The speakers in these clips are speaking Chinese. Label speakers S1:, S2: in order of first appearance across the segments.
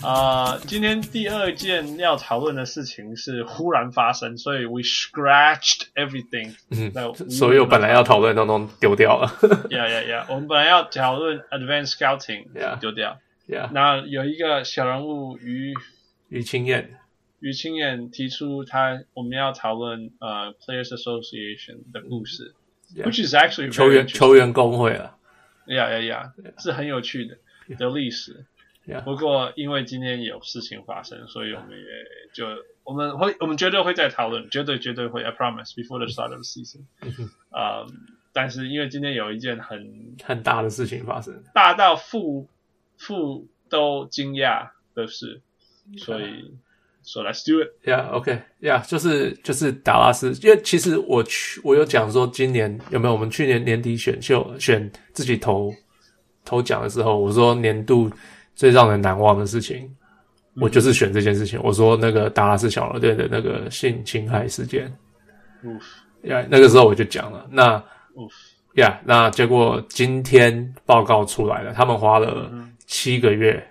S1: 呃，今天第二件要讨论的事情是忽然发生，所以 we scratched everything
S2: 嗯
S1: 那我。
S2: 所有本来要讨论的东东丢掉了。
S1: yeah yeah yeah，我们本来要讨论 advanced scouting
S2: Yeah
S1: 丢掉，
S2: yeah，
S1: 那有一个小人物于
S2: 于清燕，
S1: 于清燕提出他我们要讨论呃 players association 的故事、
S2: 嗯 Yeah
S1: w h i c h is actually
S2: 球
S1: very
S2: 员
S1: interesting.
S2: 球员工会啊了。
S1: 呀呀呀，是很有趣的的历史。
S2: Yeah
S1: 不过因为今天有事情发生，所以我们也就我们会我们绝对会再讨论，绝对绝对会。I promise before the start of the season
S2: 嗯哼。
S1: 啊、但是因为今天有一件很
S2: 很大的事情发生，
S1: 大到父父都惊讶的事，所以说、so、Let's do it。
S2: Yeah，OK，Yeah，、就是就是达拉斯，因为其实我去我有讲说今年有没有我们去年年底选秀选自己投投奖的时候，我说年度最让人难忘的事情，我就是选这件事情。我说那个达拉斯小牛队的那个性侵害事件，
S1: Oof
S2: 呀、那个时候我就讲了，那
S1: oof，
S2: 呀那结果今天报告出来了，他们花了七个月。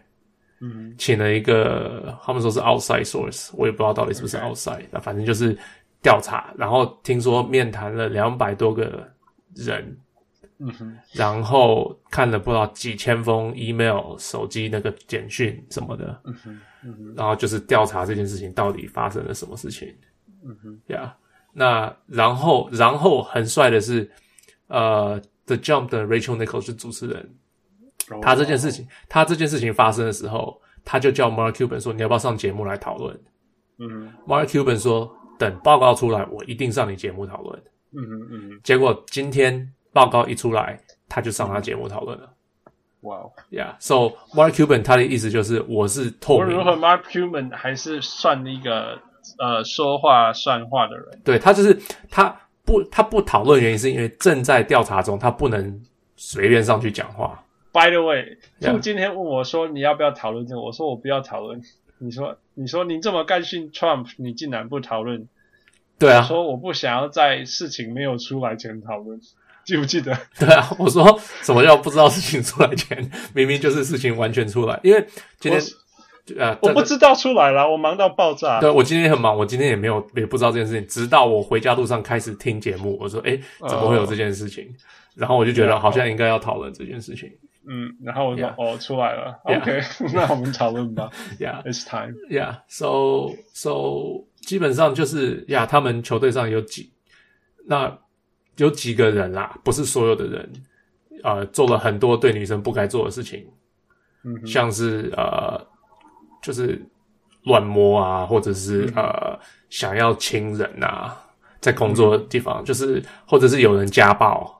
S1: 嗯
S2: 请了一个，他们说是 outside source，我也不知道到底是不是
S1: OK
S2: outside，那反正就是调查，然后听说面谈了两百多个人，
S1: 嗯哼，
S2: 然后看了不知道几千封 email、手机那个简讯什么的，
S1: 嗯哼，嗯哼，
S2: 然后就是调查这件事情到底发生了什么事情
S1: 嗯哼，
S2: 呀。Yeah，那然后然后很帅的是，呃，The Jump 的 Rachel Nichols 是主持人，他这件事情，他这件事情发生的时候，他就叫 Mark Cuban 说：“你要不要上节目来讨论
S1: 嗯哼，
S2: ？”Mark Cuban 说：“等报告出来，我一定上你节目讨论。
S1: 嗯哼，嗯哼，”
S2: 结果今天报告一出来，他就上他节目讨论了。
S1: 哇、哦。
S2: Yeah，so Mark Cuban 他的意思就是我是透
S1: 无论
S2: 明
S1: 如，何，Mark Cuban 还是算一个呃说话算话的人。
S2: 对他就是他不他不讨论原因是因为正在调查中，他不能随便上去讲话。
S1: By the way，
S2: Yeah
S1: 就今天问我说你要不要讨论这个，我说我不要讨论。你说你说你这么干训 Trump，你竟然不讨论？
S2: 对啊，
S1: 说我不想要在事情没有出来前讨论，记不记得？
S2: 对啊，我说什么叫不知道事情出来前，明明就是事情完全出来，因为今天
S1: 我是
S2: 呃，
S1: 我
S2: 这
S1: 不知道出来了，我忙到爆炸。
S2: 对，我今天也很忙，我今天也没有也不知道这件事情，直到我回家路上开始听节目，我说诶，怎么会有
S1: 呃
S2: 这件事情？然后我就觉得好像应该要讨论这件事情。
S1: 嗯，然后我说
S2: Yeah
S1: 哦出来了
S2: Yeah
S1: OK，那 我们讨论吧
S2: Yeah,
S1: ，It's time。
S2: yeah. So, so 基本上就是呀他们球队上有几那有几个人啦，不是所有的人，呃，做了很多对女生不该做的事情，
S1: 嗯哼，
S2: 像是呃，就是乱摸啊，或者是、
S1: 嗯
S2: 呃，想要亲人啊，在工作的地方，就是或者是有人家暴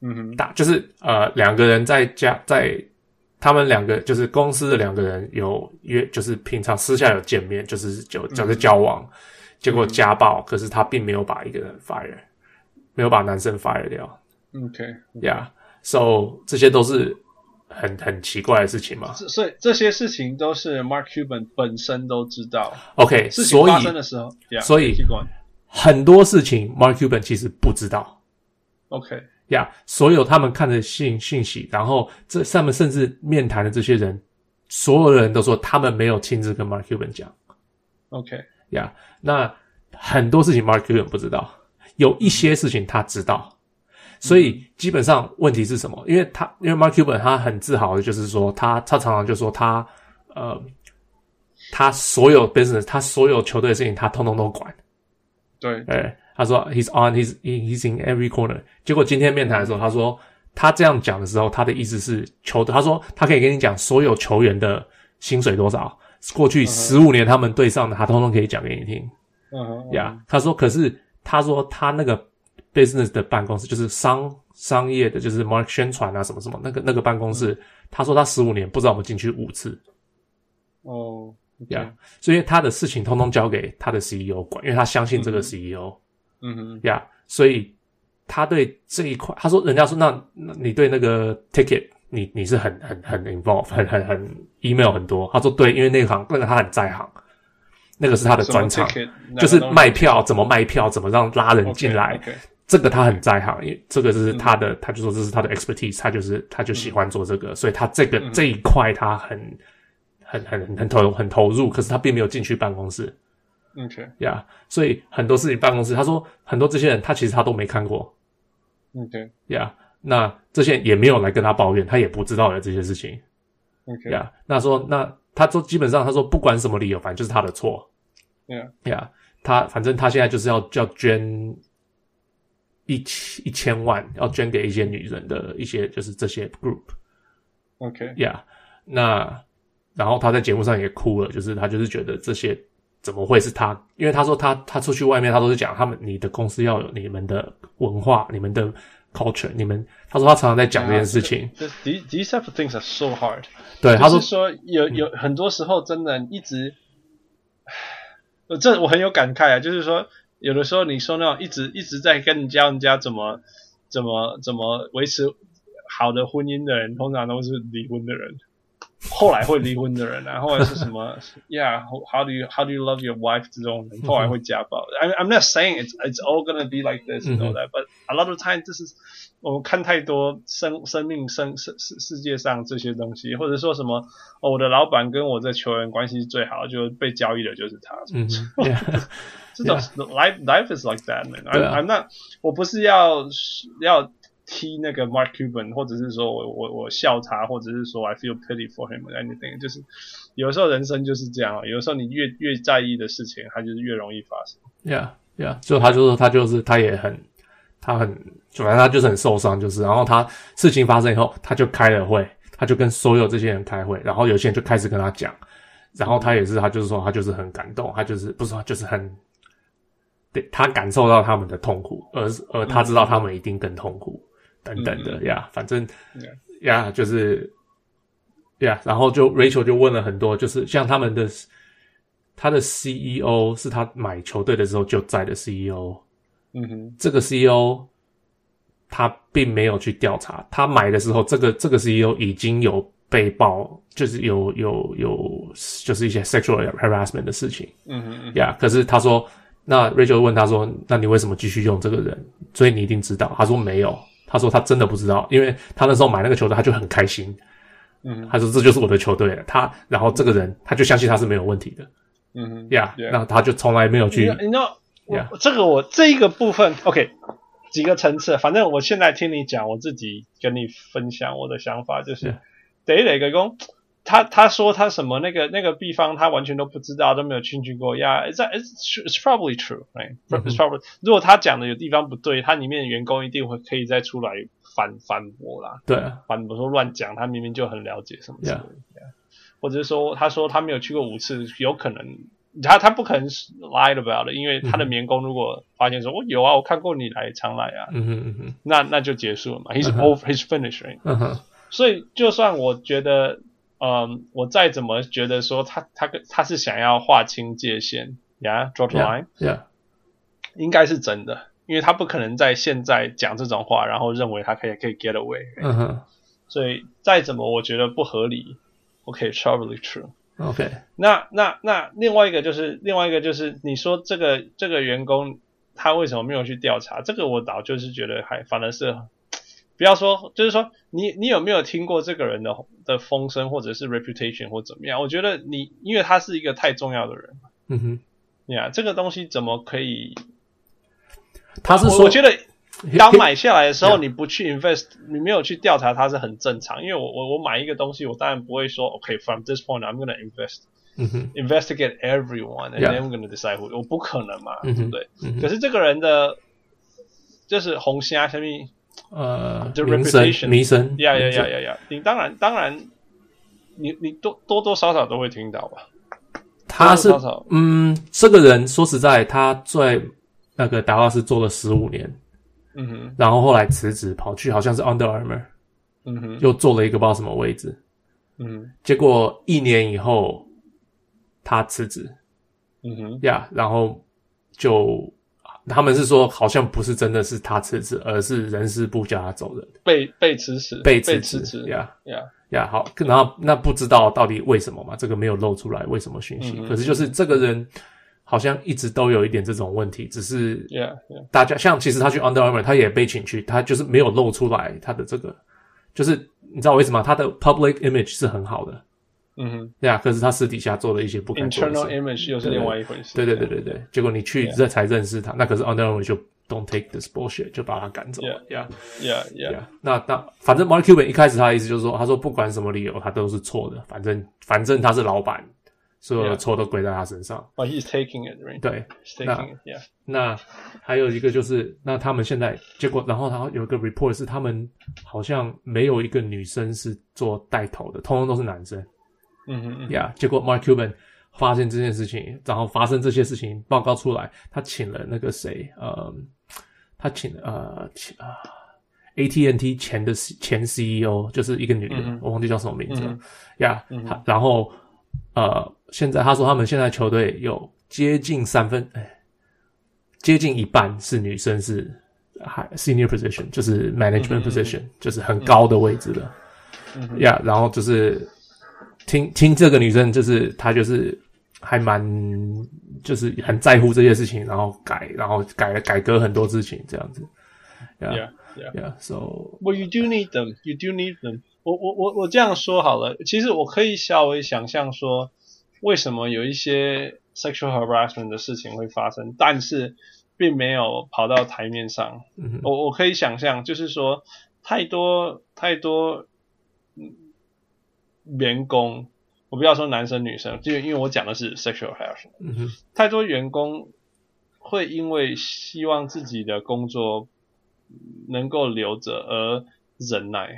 S1: 嗯哼，
S2: 打，就是呃，两个人在家在他们两个就是公司的两个人有约，就是平常私下有见面，就是有就是
S1: 嗯
S2: 交往，结果家暴，可是他并没有把一个人 fire，没有把男生 fire 掉
S1: ，OK。
S2: ，Yeah，so 这些都是很很奇怪的事情嘛。
S1: 这所以这些事情都是 Mark Cuban 本身都知道，
S2: OK，
S1: 事情
S2: 所以
S1: 发生的时候，yeah,
S2: 所以
S1: keep going.
S2: 很多事情 Mark Cuban 其实不知道
S1: OK，
S2: 呀。所有他们看的信信息，然后这上面甚至面谈的这些人，所有的人都说他们没有亲自跟 Mark Cuban 讲
S1: OK，
S2: 呀。那很多事情 Mark Cuban 不知道，有一些事情他知道。所以基本上问题是什么？因为他因为 Mark Cuban 他很自豪的就是说他他常常就说他呃他所有 business 他所有球队的事情他通通都管。
S1: 对，
S2: 哎，他说 he's on he's he's in every corner。结果今天面谈的时候，他说他这样讲的时候，他的意思是球，他说他可以跟你讲所有球员的薪水多少，过去十五年他们队上的，他通通可以讲给你听
S1: 嗯哼，
S2: 呀。他说，可是他说他那个 business 的办公室就是商商业的，就是 mark 宣传啊什么什么那个那个办公室，他说他十五年不知道我们进去五次。
S1: 哦，OK，
S2: 呀所以他的事情通通交给他的 CEO 管，因为他相信这个 E CEO。
S1: 嗯哼，
S2: 呀所以他对这一块，他说人家说那那你对那个 ticket，你你是很很很 involve，很很很 email 很多。他说对，因为那行那个他很在行，那个是他的
S1: 什么
S2: 专长，
S1: ticket，哪个
S2: 就是
S1: 东西
S2: 卖票怎么卖票，怎么让拉人进来
S1: OK，OK 嗯
S2: 这个他很在行，因为这个是他的，他就
S1: 嗯
S2: 说这是他的 expertise，他就是他就喜欢做这个，所以他这个、这一块他很很很很投很投入，可是他并没有进去办公室
S1: OK
S2: 呀。所以很多事情办公室，他说很多这些人他其实他都没看过
S1: OK
S2: 呀。那这些人也没有来跟他抱怨，他也不知道有这些事情
S1: OK
S2: 呀。那说那他说基本上他说不管什么理由，反正就是他的错。
S1: yeah
S2: 呀，他反正他现在就是要要捐一千一千万，要捐给一些女人的一些就是这些 group
S1: OK
S2: 呀、那然后他在节目上也哭了，就是他就是觉得这些怎么会是他？因为他说他他出去外面，他都是讲他们你的公司要有你们的文化、你们的 culture、你们。他说他常常在讲这件事情，
S1: This- these these type of things are so hard。
S2: 对他说
S1: 就
S2: 嗯
S1: 是说有有很多时候真的一直，唉我这我很有感慨啊，就是说有的时候你说那种一直一直在跟人教人家怎么怎么怎么维持好的婚姻的人，通常都是离婚的人，后来会离婚的人啊，或者是什么 ，Yeah，how do you how do you love your wife 这种人，后来会家暴。I I'm not saying it's it's all gonna be like this
S2: 嗯
S1: and all that，but a lot of time this is 我们看太多生生命生世世世界上这些东西，或者说什么哦，我的老板跟我的球员关系最好，就被交易的就是他。
S2: 嗯哼，yeah，
S1: 这种 life life is like that man.
S2: 对啊
S1: I'm I'm not 我不是要要踢那个 Mark Cuban，或者是说我我我笑他，或者是说 I feel pity for him or anything。就是有时候人生就是这样，有的时候你越越在意的事情，它就是越容易发生。
S2: Yeah, yeah，就他就说他就是他也很，他很，就反正他就是很受伤，就是然后他事情发生以后，他就开了会，他就跟所有这些人开会，然后有些人就开始跟他讲，然后他也是他就是说他就是很感动，他就是不是他就是很，对他感受到他们的痛苦，而是而他知道他们一定更痛苦等等的呀，yeah, 反正呀就是呀然后就 Rachel 就问了很多，就是像他们的。他的 CEO 是他买球队的时候就在的 E CEO，
S1: 嗯哼，
S2: 这个 CEO 他并没有去调查，他买的时候，这个这个 CEO 已经有被曝，就是有有有就是一些 sexual harassment 的事情
S1: 嗯哼，嗯
S2: 呀。Yeah, 可是他说，那 Rachel 问他说，那你为什么继续用这个人？所以你一定知道。他说没有，他说他真的不知道，因为他那时候买那个球队，他就很开心。
S1: 嗯，
S2: 他说这就是我的球队了。他然后这个人他就相信他是没有问题的。
S1: 嗯哼。
S2: 呀
S1: Yeah.
S2: 那他就从来没有去
S1: 你你知道，我
S2: Yeah
S1: 这个我这一个部分，OK，几个层次，反正我现在听你讲，我自己跟你分享我的想法，就是
S2: Yeah
S1: 得磊个公，他他说他什么那个那个地方他完全都不知道，都没有进去过，Yeah，it's it's it's probably true，right？It's
S2: 嗯哼
S1: probably、如果他讲的有地方不对，他里面的员工一定会可以再出来反反驳啦，
S2: 对啊
S1: 反驳说乱讲，他明明就很了解什么之类的
S2: Yeah.
S1: yeah. 或者是说他说他没有去过五次，有可能他他不可能 lied about 的，因为他的员工如果发现说、我有啊，我看过你来常来啊，
S2: 嗯哼嗯哼
S1: 那那就结束了嘛，he's
S2: 嗯哼
S1: over he's finished，、right?
S2: 嗯哼
S1: 所以就算我觉得，嗯，我再怎么觉得说他他跟他是想要划清界限呀、yeah,，draw the line，、
S2: ，Yeah，
S1: 应该是真的，因为他不可能在现在讲这种话，然后认为他可以可以 get away，、
S2: 嗯哼
S1: 所以再怎么我觉得不合理，OK，probably、true。
S2: ，OK，
S1: 那那那另外一个就是另外一个就是你说这个这个员工他为什么没有去调查？这个我倒就是觉得还反而是不要说，就是说你你有没有听过这个人的的风声或者是 reputation 或怎么样？我觉得你因为他是一个太重要的人，
S2: 嗯哼，
S1: 呀、yeah,，这个东西怎么可以？
S2: 他是
S1: 我
S2: 说
S1: 我觉得
S2: ，he-
S1: 当
S2: he-
S1: 买下来的时
S2: Yeah.
S1: 候，你不去 invest，你没有去调查它是很正常。因为我我我买一个东西，我当然不会说 OK，from、this point I'm gonna invest
S2: 嗯哼
S1: investigate everyone and
S2: Yeah.
S1: then I'm gonna decide who，我不可能嘛，
S2: 嗯哼
S1: 对不对？
S2: 嗯哼
S1: 可是这个人的就是红虾下面，
S2: 呃，
S1: The
S2: 名声
S1: reputation
S2: 名声，
S1: 呀呀
S2: 名声
S1: 呀呀呀，你当然当然，你你多多多少少都会听到吧？
S2: 他是
S1: 多多少少
S2: 嗯，这个人说实在，他呃在那个达拉斯做了十五年，
S1: 嗯哼
S2: 然后后来辞职跑去好像是 Under Armour
S1: 嗯哼
S2: 又做了一个不知道什么位置，
S1: 嗯哼
S2: 结果一年以后他辞职，
S1: 嗯哼
S2: 呀然后就他们是说好像不是真的是他辞职，而是人事部叫他走人，
S1: 被被辞职，
S2: 被
S1: 被辞
S2: 辞
S1: 职，
S2: 呀
S1: 呀
S2: 呀好，然后那不知道到底为什么嘛，这个没有露出来为什么讯息，
S1: 嗯哼
S2: 可是就是这个人好像一直都有一点这种问题，只是
S1: 呀呀，
S2: 大家像其实他去 Under Armour，他也被请去，他就是没有露出来他的这个，就是你知道为什么他的 public image 是很好的，
S1: 嗯哼
S2: 对啊，可是他私底下做了一些不该做的
S1: ，internal
S2: 事。
S1: image 又是另外一回事。
S2: 对对对对对，结果你去
S1: Yeah
S2: 这才认识他，那可是 Underwood 就 don't take this bullshit 就把他赶走了呀。
S1: ，yeah yeah，
S2: Yeah，那那反正 Mark Cuban 一开始他的意思就是说，他说不管什么理由，他都是错的，反正反正他是老板，所有的
S1: Yeah
S2: 错都归在他身上。
S1: 哦，he's taking it right，
S2: 对，
S1: ，he's taking it，yeah，
S2: 那还有一个就是，那他们现在结果，然后然后有一个 report 是他们好像没有一个女生是做带头的，通通都是男生。
S1: 嗯哼嗯哼
S2: 呀、yeah,，结果 Mark Cuban 发现这件事情，然后发生这些事情报告出来，他请了那个谁，呃，他请了呃请啊。AT&T 前的前 CEO 就是一个女的，
S1: 嗯哼
S2: 我忘记叫什么名字了
S1: 嗯
S2: 呀。
S1: 嗯哼
S2: 她然后呃，现在他说他们现在球队有接近三分，哎，接近一半是女生是还 senior position，就是 management
S1: 嗯嗯嗯
S2: position，、就是很高的位置了。
S1: 嗯哼
S2: 呀、然后就是听听这个女生，就是她就是还蛮就是很在乎这些事情，然后改，然后改改革很多事情这样子。呀、
S1: ，yeah yeah。
S2: 呀、s o
S1: Well, you do need them. You do need them. 我我我我这样说好了，其实我可以稍微想象说，为什么有一些 sexual harassment 的事情会发生，但是并没有跑到台面上。
S2: 嗯哼
S1: 我我可以想象，就是说太多太多嗯员工，我不要说男生女生，就因为我讲的是 sexual harassment。
S2: 嗯哼，
S1: 太多员工会因为希望自己的工作能够留着而忍耐，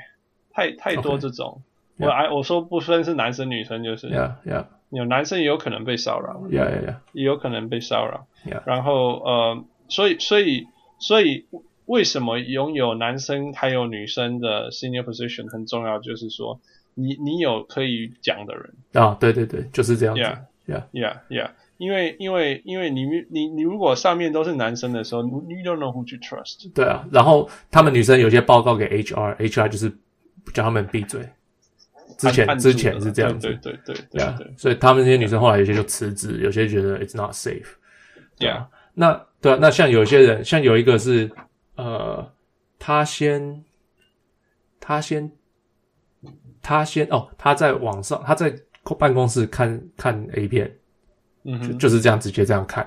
S1: 太太多
S2: OK
S1: 这种。
S2: Yeah
S1: 我哎，我说不分是男生女生，就是
S2: 呀呀
S1: 有男生也有可能被骚扰，
S2: 呀呀呀，
S1: 也有可能被骚扰。
S2: Yeah
S1: 然后呃，所以所以所以为什么拥有男生还有女生的 senior position 很重要？就是说你你有可以讲的人。
S2: 啊，对对对，就是这样子。
S1: Yeah
S2: Yeah
S1: Yeah, yeah. 因为因为因为你你你如果上面都是男生的时候，you you don't know who to trust.
S2: 对啊，然后他们女生有些报告给 HR，HR 就是叫他们闭嘴。之前
S1: 按按住
S2: 之
S1: 的
S2: 前是这样子
S1: 对，对对对对
S2: yeah,
S1: 对
S2: 所以他们这些女生后来有些就辞职，有些觉得 it's not safe。对
S1: ，Yeah，
S2: 啊，那对啊，那像有些人，像有一个是呃，他先他先他先哦，他在网上，他在办公室看看 A 片，
S1: 嗯
S2: 就
S1: 哼，
S2: 就是这样直接这样看，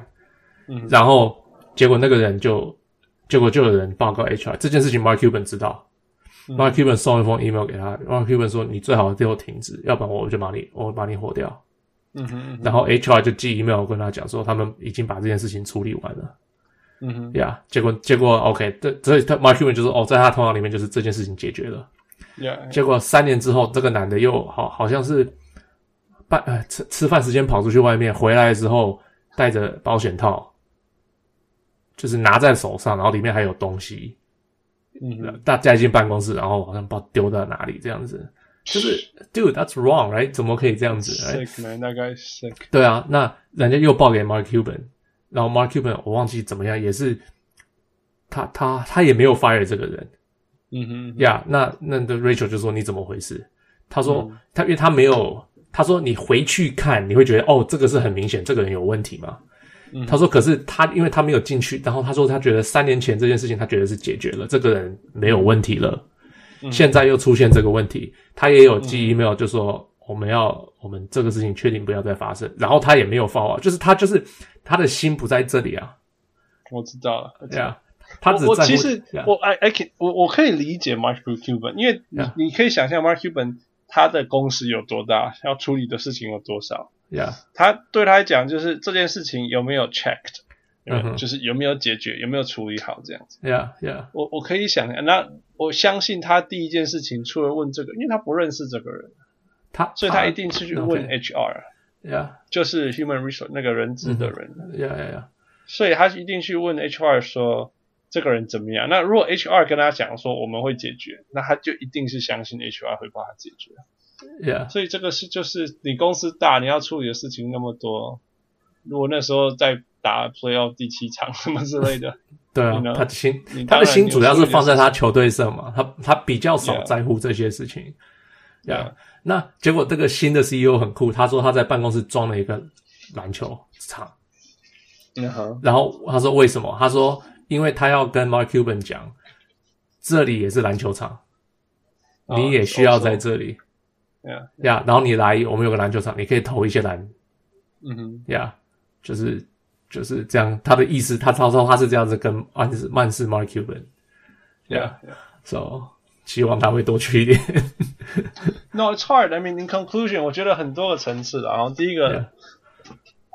S1: 嗯哼
S2: 然后结果那个人就结果就有人报告 HR 这件事情，Mark Cuban 知道。
S1: 嗯
S2: Mark Cuban 送一封 email 给他，Mark Cuban 说：“你最好给我停止，要不然我就把你我把你火掉。”
S1: 嗯哼，
S2: 然后 HR 就寄 email 跟他讲说，他们已经把这件事情处理完了
S1: 嗯哼
S2: 呀。Yeah, 结果结果 OK，这所以他 Mark Cuban 就说，哦，在他头脑里面就是这件事情解决了。
S1: ，Yeah，
S2: 结果三年之后，这个男的又好好像是办呃吃吃饭时间跑出去外面，回来之后带着保险套，就是拿在手上，然后里面还有东西，
S1: 嗯哼，
S2: 大家进办公室，然后好像不知道丢到哪里这样子。就是 Dude that's wrong right？怎么可以这样子 right？
S1: sick man，那个 sick，
S2: 对啊，那人家又报给 Mark Cuban，然后 Mark Cuban 我忘记怎么样，也是他他他也没有 fire 这个人
S1: 嗯哼，
S2: 呀。Yeah, 那那的 Rachel 就说你怎么回事？他说、
S1: 嗯
S2: 他因为他没有，他说你回去看你会觉得哦，这个是很明显这个人有问题嘛。
S1: 嗯
S2: 他说可是他因为他没有进去，然后他说他觉得三年前这件事情他觉得是解决了，这个人没有问题了。
S1: 嗯
S2: 现在又出现这个问题，他也有寄 email 就说我们要我们这个事情确定不要再发生，然后他也没有 follow，up，就是他就是他的心不在这里啊，
S1: 我知道了，我知
S2: 对
S1: 道
S2: 啊，他只
S1: 我我
S2: 在乎
S1: 其实
S2: yeah，
S1: 我 I I can 我我可以理解 Mark Cuban，因为你
S2: Yeah.
S1: 你可以想象 Mark Cuban 他的公司有多大，要处理的事情有多少。
S2: yeah
S1: 他对他来讲就是这件事情有没有 checked，有没有
S2: 嗯哼
S1: 就是有没有解决，有没有处理好这样子。
S2: yeah yeah
S1: 我我可以想，那我相信他第一件事情除了问这个，因为他不认识这个人，
S2: 他
S1: 所以他一定是去问
S2: OK
S1: HR，、
S2: yeah
S1: 就是 human resource 那个人资的人，
S2: yeah yeah yeah
S1: 所以他一定去问 HR 说这个人怎么样。那如果 HR 跟他讲说我们会解决，那他就一定是相信 HR 会帮他解决。
S2: yeah
S1: 所以这个是就是你公司大，你要处理的事情那么多。如果那时候在打 playoff 第七场 什么之类的，
S2: 对啊
S1: You，know，
S2: 他的心
S1: 你
S2: 他
S1: 当然
S2: 的心主要是放在他
S1: 有
S2: 球队上嘛，他他比较少
S1: Yeah
S2: 在乎这些事情
S1: Yeah
S2: 那结果这个新的 CEO 很酷，他说他在办公室装了一个篮球场。
S1: 嗯哼，
S2: 然后他说为什么？他说因为他要跟 Mark Cuban 讲，
S1: 啊
S2: 这里也是篮球场，你也需要在这里。
S1: Yeah，
S2: 呀、然后你来，我们有个篮球场，你可以投一些篮
S1: 嗯哼，
S2: 呀就是就是这样。他的意思，他他说他是这样子跟曼斯曼斯 Mark Cuban，
S1: Yeah,
S2: so 希望他会多去一 点。
S1: No, it's hard. I mean, in conclusion，我觉得很多个层次的。然后第一个
S2: Yeah.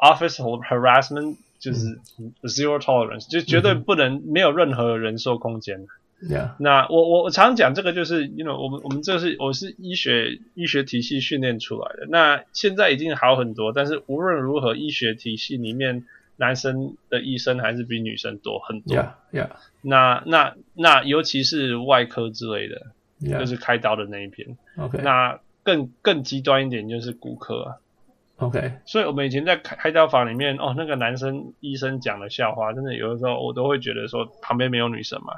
S1: office harassment 就是
S2: 嗯
S1: zero tolerance，就绝对不能没有任何人受空间。
S2: yeah，
S1: 那我我我常讲这个就是因为我们我们这是我是医学医学体系训练出来的，那现在已经好很多，但是无论如何，医学体系里面男生的医生还是比女生多很多。
S2: yeah，yeah，
S1: 那那那尤其是外科之类的，就
S2: yeah，
S1: 是开刀的那一边。
S2: OK，
S1: 那更更极端一点就是骨科啊，
S2: OK，
S1: 所以我们以前在开开刀房里面，哦，那个男生医生讲的笑话，真的有的时候我都会觉得说旁边没有女生嘛，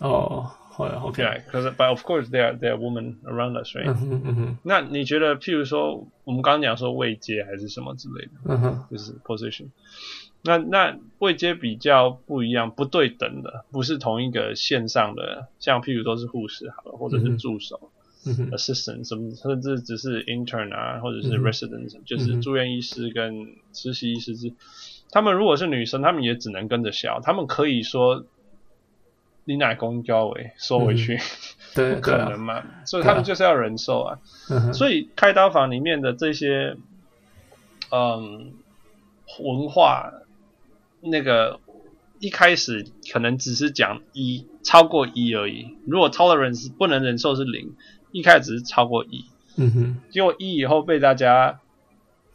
S2: 哦，好呀，OK，
S1: Yeah, because but of course there are there are women around us, right?
S2: 嗯哼嗯哼
S1: 那你觉得，譬如说，我们刚刚讲说位阶还是什么之类的，
S2: 嗯哼
S1: 就是 position。那那位阶比较不一样，不对等的，不是同一个线上的，像譬如都是护士好了，或者
S2: 嗯
S1: 是
S2: 哼
S1: 助手、
S2: 嗯哼
S1: assistant 什么，甚至只是 intern 啊，或者是
S2: 嗯哼
S1: resident，、就
S2: 嗯
S1: 是
S2: 哼
S1: 住院医师跟实习医师之，他们如果是女生，他们也只能跟着笑，他们可以说你奶公交诶，收回去。
S2: 对
S1: 不
S2: 对
S1: 可
S2: 啊
S1: 能，嘛，所以
S2: 对啊
S1: 他们就是要忍受啊。
S2: 嗯哼，
S1: 所以开刀房里面的这些，嗯，文化那个一开始可能只是讲一超过一而已，如果 tolerance 不能忍受是零，一开始只是超过一，
S2: 嗯哼，
S1: 结果一以后被大家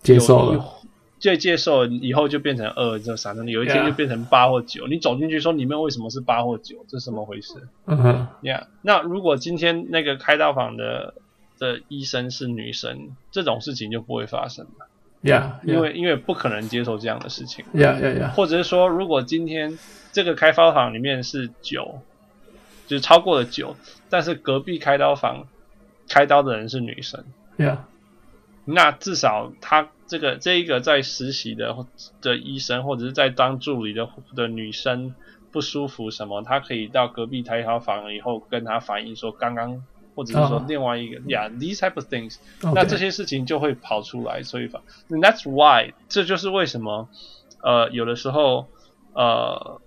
S2: 接受了，
S1: 最接受以后就变成二，就反正有一天
S2: Yeah
S1: 就变成八或九。你走进去说里面为什么是八或九，这是什么回事？
S2: 嗯哼
S1: Yeah，那如果今天那个开刀房的的医生是女生，这种事情就不会发生了，
S2: ，Yeah，
S1: 因为因为不可能接受这样的事情。
S2: Yeah Yeah Yeah，
S1: 或者是说，如果今天这个开刀房里面是九，就是超过了九，但是隔壁开刀房开刀的人是女生，
S2: Yeah，
S1: 那至少他这个这一个在实习的的医生，或者是在当助理的的女生不舒服什么，他可以到隔壁台条房以后跟他反映说刚刚，或者是说
S2: 啊
S1: 另外一个呀、these type of things，、那
S2: OK，
S1: 这些事情就会跑出来，所以反 and that's why 这就是为什么呃有的时候呃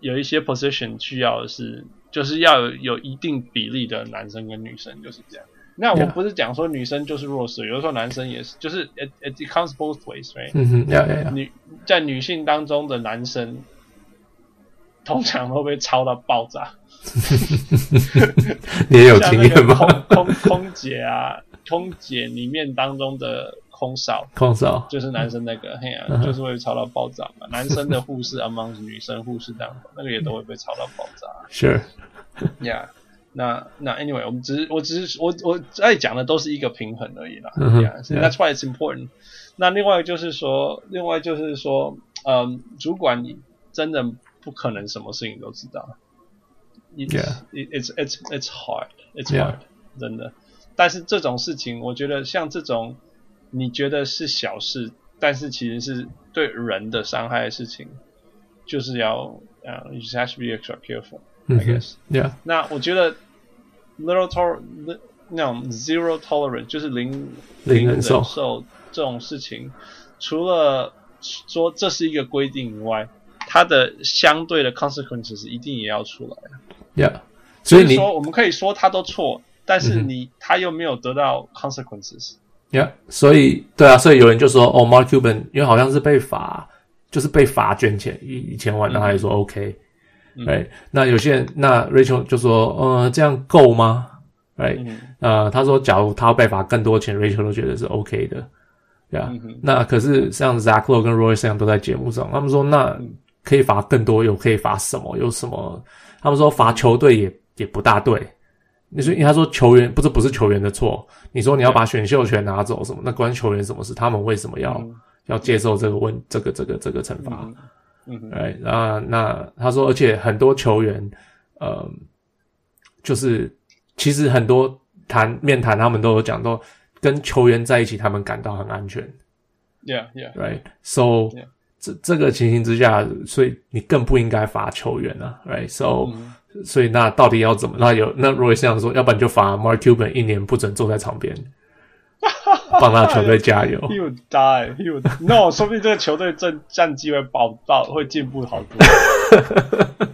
S1: 有一些 position 需要的是就是要有有一定比例的男生跟女生就是这样。那我
S2: Yeah.
S1: 不是讲说女生就是弱势，有的时候男生也是，就是 it it comes both ways，right？、
S2: 嗯哼，Yeah Yeah Yeah，
S1: 女在女性当中的男生通常都被超到爆炸。
S2: 你也有
S1: 像
S2: 经
S1: 那
S2: 验
S1: 个
S2: 吗？
S1: 空空空姐啊，空姐里面当中的空少
S2: 空手，
S1: 就是男生那个，嘿
S2: 嗯
S1: 啊，
S2: 哼
S1: 就是会吵到爆炸嘛。男生的护士 among 女生护士当中，那个也都会被吵到爆炸。
S2: Sure，
S1: 呀、那那 anyway，我们只是我只是我我在讲的都是一个平衡而已啦。
S2: 嗯哼
S1: yeah，so
S2: yeah
S1: that's why it's important。那另外就是说，另外就是说，嗯，主管你真的不可能什么事情都知道。It's
S2: Yeah
S1: it's it's it's hard. It's
S2: Yeah
S1: hard，、真的。但是这种事情，我觉得像这种你觉得是小事，但是其实是对人的伤害的事情，就是要啊、y o u just have to be extra careful。
S2: 嗯
S1: I
S2: 哼
S1: guess
S2: ，Yeah，
S1: 那我觉得 little tol 那种 zero tolerance 就是零
S2: 零
S1: 忍
S2: 忍受
S1: 受这种事情，除了说这是一个规定以外，它的相对的 consequences 一定也要出来。
S2: ，Yeah，所以
S1: 就是
S2: 你
S1: 说我们可以说他都错，但是
S2: 嗯哼
S1: 你、他又没有得到 consequences。
S2: ，Yeah，所以对啊，所以有人就说，哦，Mark Cuban，因为好像是被罚，就是被罚捐钱一一千万，然后他也说 OK，
S1: 嗯
S2: right，那有些人，那 Rachel 就说，呃，这样够吗？Right，
S1: 嗯
S2: 呃，他说假如他要被罚更多钱，Rachel 都觉得是 OK 的，对啊。
S1: 嗯哼
S2: 那可是像 Zach Lowe 跟 Roy Sam 都在节目上，他们说那
S1: 嗯
S2: 可以罚更多，有可以罚什么？有什么？他们说罚球队也也不大对。你说，因为他说球员不是不是球员的错，你说你要把选秀权拿走什么？那关球员什么事？他们为什么要、
S1: 嗯
S2: 要接受这个问这个这个这个惩罚？
S1: 嗯嗯哼
S2: 哎，那那他说，而且很多球员，呃，就是其实很多谈面谈，他们都有讲到，跟球员在一起，他们感到很安全
S1: ，Yeah Yeah，
S2: ，right？So
S1: Yeah.
S2: 这这个情形之下，所以你更不应该罚球员了、啊、，right？So、
S1: 嗯
S2: 所 以那到底要怎么？那有那如果这样说，要不然就罚 Mark Cuban 一年不准坐在场边帮他球队加油。
S1: He would die. He would no，说不定这个球队战战绩会爆爆，会进步好多。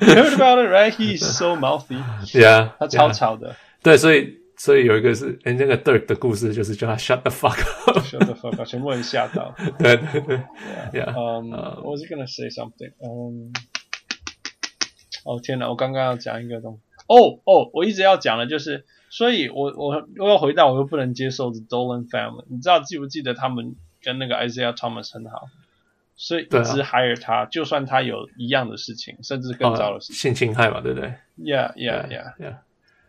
S1: You heard about it, right? He's so mouthy.
S2: Yeah，
S1: 他超
S2: yeah
S1: 吵的。
S2: 对，所以所以有一个是哎、那个 Dirk 的故事，就是叫他 shut the fuck up。
S1: Shut the fuck up！全部人吓到。
S2: 对对对
S1: Yeah.
S2: ，Yeah，
S1: Um, I was gonna say something. Um, 哦天哪，我刚刚要讲一个东西。哦哦，我一直要讲的就是，所以我我我又回到我又不能接受的 Dolan family。你知道记不记得他们跟那个 Isaiah Thomas 很好，所以一
S2: 对啊
S1: 直 hire 他，就算他有一样的事情，甚至更糟
S2: 哦
S1: 的事情。
S2: 性侵害嘛，对不对
S1: Yeah, yeah, yeah.
S2: yeah.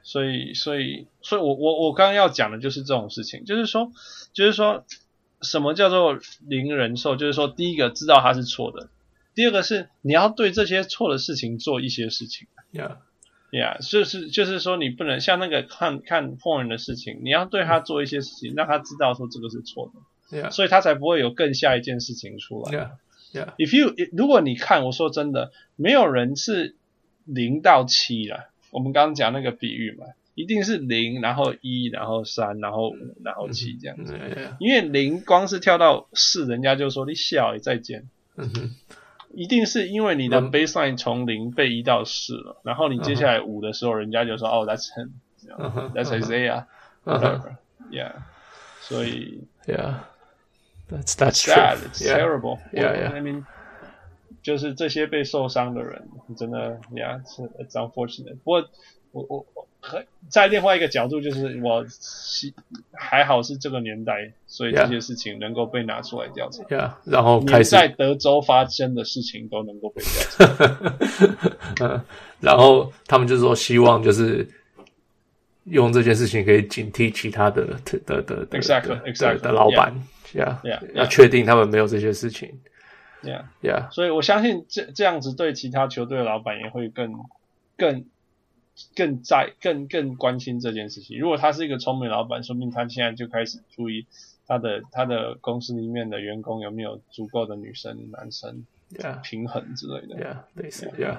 S1: 所以，所以，所以我我我刚刚要讲的就是这种事情，就是说，就是说，什么叫做零人受？就是说，第一个知道他是错的，第二个是你要对这些错的事情做一些事情。
S2: Yeah，
S1: Yeah，就是就是说，你不能像那个看看 porn 的事情，你要对他做一些事情，让他知道说这个是错的，
S2: yeah，
S1: 所以他才不会有更下一件事情出来。
S2: yeah，yeah，
S1: If you 如果你看，我说真的，没有人是零到七啦。我们刚刚讲那个比喻嘛，一定是零，然后一，然后三，然后五，然后七这样。
S2: 嗯，yeah，
S1: 因为零光是跳到四，人家就说你笑，再见。
S2: 嗯哼，
S1: 一定是因为你的
S2: 嗯
S1: baseline 从零被移到四了，然后你接下来五的时候，人家就说哦，that's him，that's
S2: 嗯哼，
S1: Isaiah，whatever，yeah。
S2: 嗯哼
S1: Yeah，所以
S2: ，Yeah，that's that's
S1: sad, it's
S2: true，yeah，
S1: terrible.
S2: Yeah,
S1: Well,
S2: yeah.
S1: I mean, 就是这些被受伤的人，真的，Yeah, it's, it's unfortunate. 不过，我我我和在另外一个角度，就是我希还好是这个年代，所以
S2: Yeah.
S1: 这些事情能够被拿出来调查。
S2: yeah，然后开
S1: 连
S2: 始
S1: 在德州发生的事情都能够被调查。
S2: 嗯，然后他们就说希望就是用这件事情可以警惕其他的的的的的
S1: Exactly,
S2: 的
S1: exactly,
S2: 的老板，Yeah，
S1: Yeah, yeah.
S2: 要确定他们没有这些事情
S1: Yeah，
S2: ，Yeah，
S1: 所以我相信这这样子对其他球队的老板也会更更更在更更关心这件事情。如果他是一个聪明的老板，说不定他现在就开始注意他的他的公司里面的员工有没有足够的女生、男生
S2: Yeah，
S1: 平衡之类的。
S2: Yeah，类似，Yeah，Yeah，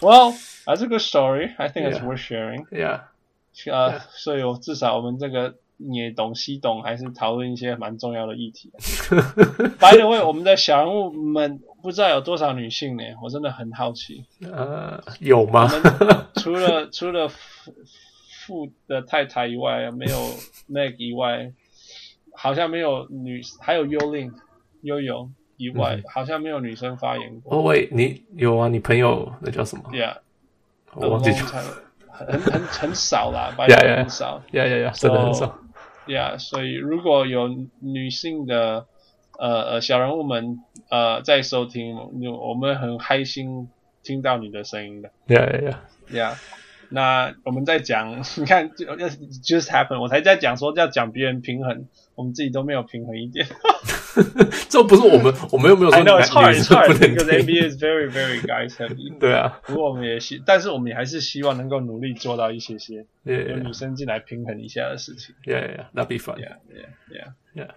S1: Well, that's a good story. I think it's
S2: Yeah.
S1: worth sharing. 呃
S2: Yeah.，
S1: 所以我至少我们这个也懂西懂，还是讨论一些蛮重要的议 题。By the way，我们的小人物们不知道有多少女性呢？我真的很好奇。
S2: 呃，有吗？
S1: 除了除了父父的太太以外，没有 Meg 以外，好像没有女，还有幽灵悠悠以外，
S2: 嗯
S1: 好像没有女生发言过。
S2: 哦喂，你有啊？你朋友那叫什么？
S1: Yeah，
S2: 我忘记
S1: 嗯
S2: 叫。
S1: 很很很少 啦，白
S2: Yeah,
S1: 人
S2: yeah.
S1: 很少。
S2: 呀呀呀，真的很
S1: 哦
S2: 少。
S1: Yeah，所以如果有女性的呃呃小人物们呃在收听，我我们很开心听到你的声音的。
S2: 呀呀呀
S1: Yeah，那我们在讲， 你看就呃 just happen，我才在讲说要讲别人平衡，我们自己都没有平衡一点。
S2: 这不是我们，我们又没有说
S1: I know it's
S2: 男
S1: hard,
S2: 女
S1: it's
S2: 是
S1: hard
S2: 不能
S1: because
S2: 听。
S1: NBA is very very guys heavy。
S2: 对啊，
S1: 不过我们也希，但是我们也还是希望能够努力做到一些些
S2: 呀
S1: 有
S2: 呀
S1: 女生进来平衡一下的事情。
S2: 呀呀，That'd be fun。
S1: Yeah, yeah, yeah.
S2: Yeah.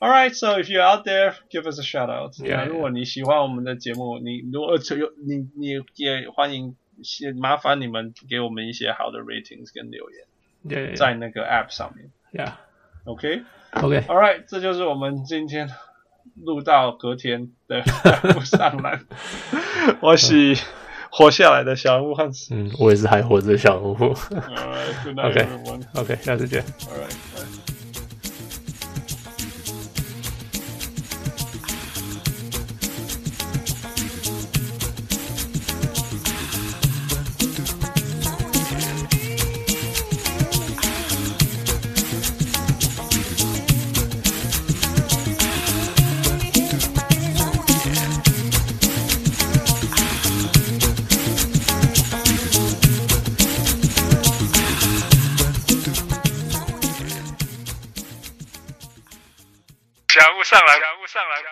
S1: All right, so if you're out there, give us a shout out.
S2: Yeah,
S1: 那如果你喜欢我们的节目，你如果呃有你你也欢迎，先麻烦你们给我们一些好的 ratings 跟留言，
S2: 呀呀
S1: 在那个 app 上面。
S2: 呀
S1: OK,
S2: ，OK。
S1: All right，这就是我们今天录到隔天的 不上来。我是活下来的小人物汉斯。
S2: 嗯，我也 是还活着的小人物。
S1: All right, good night,
S2: Okay.
S1: everyone.
S2: OK，下次见。
S1: All right, bye.
S3: Chào buổi sáng lại. Chào buổi sáng lại.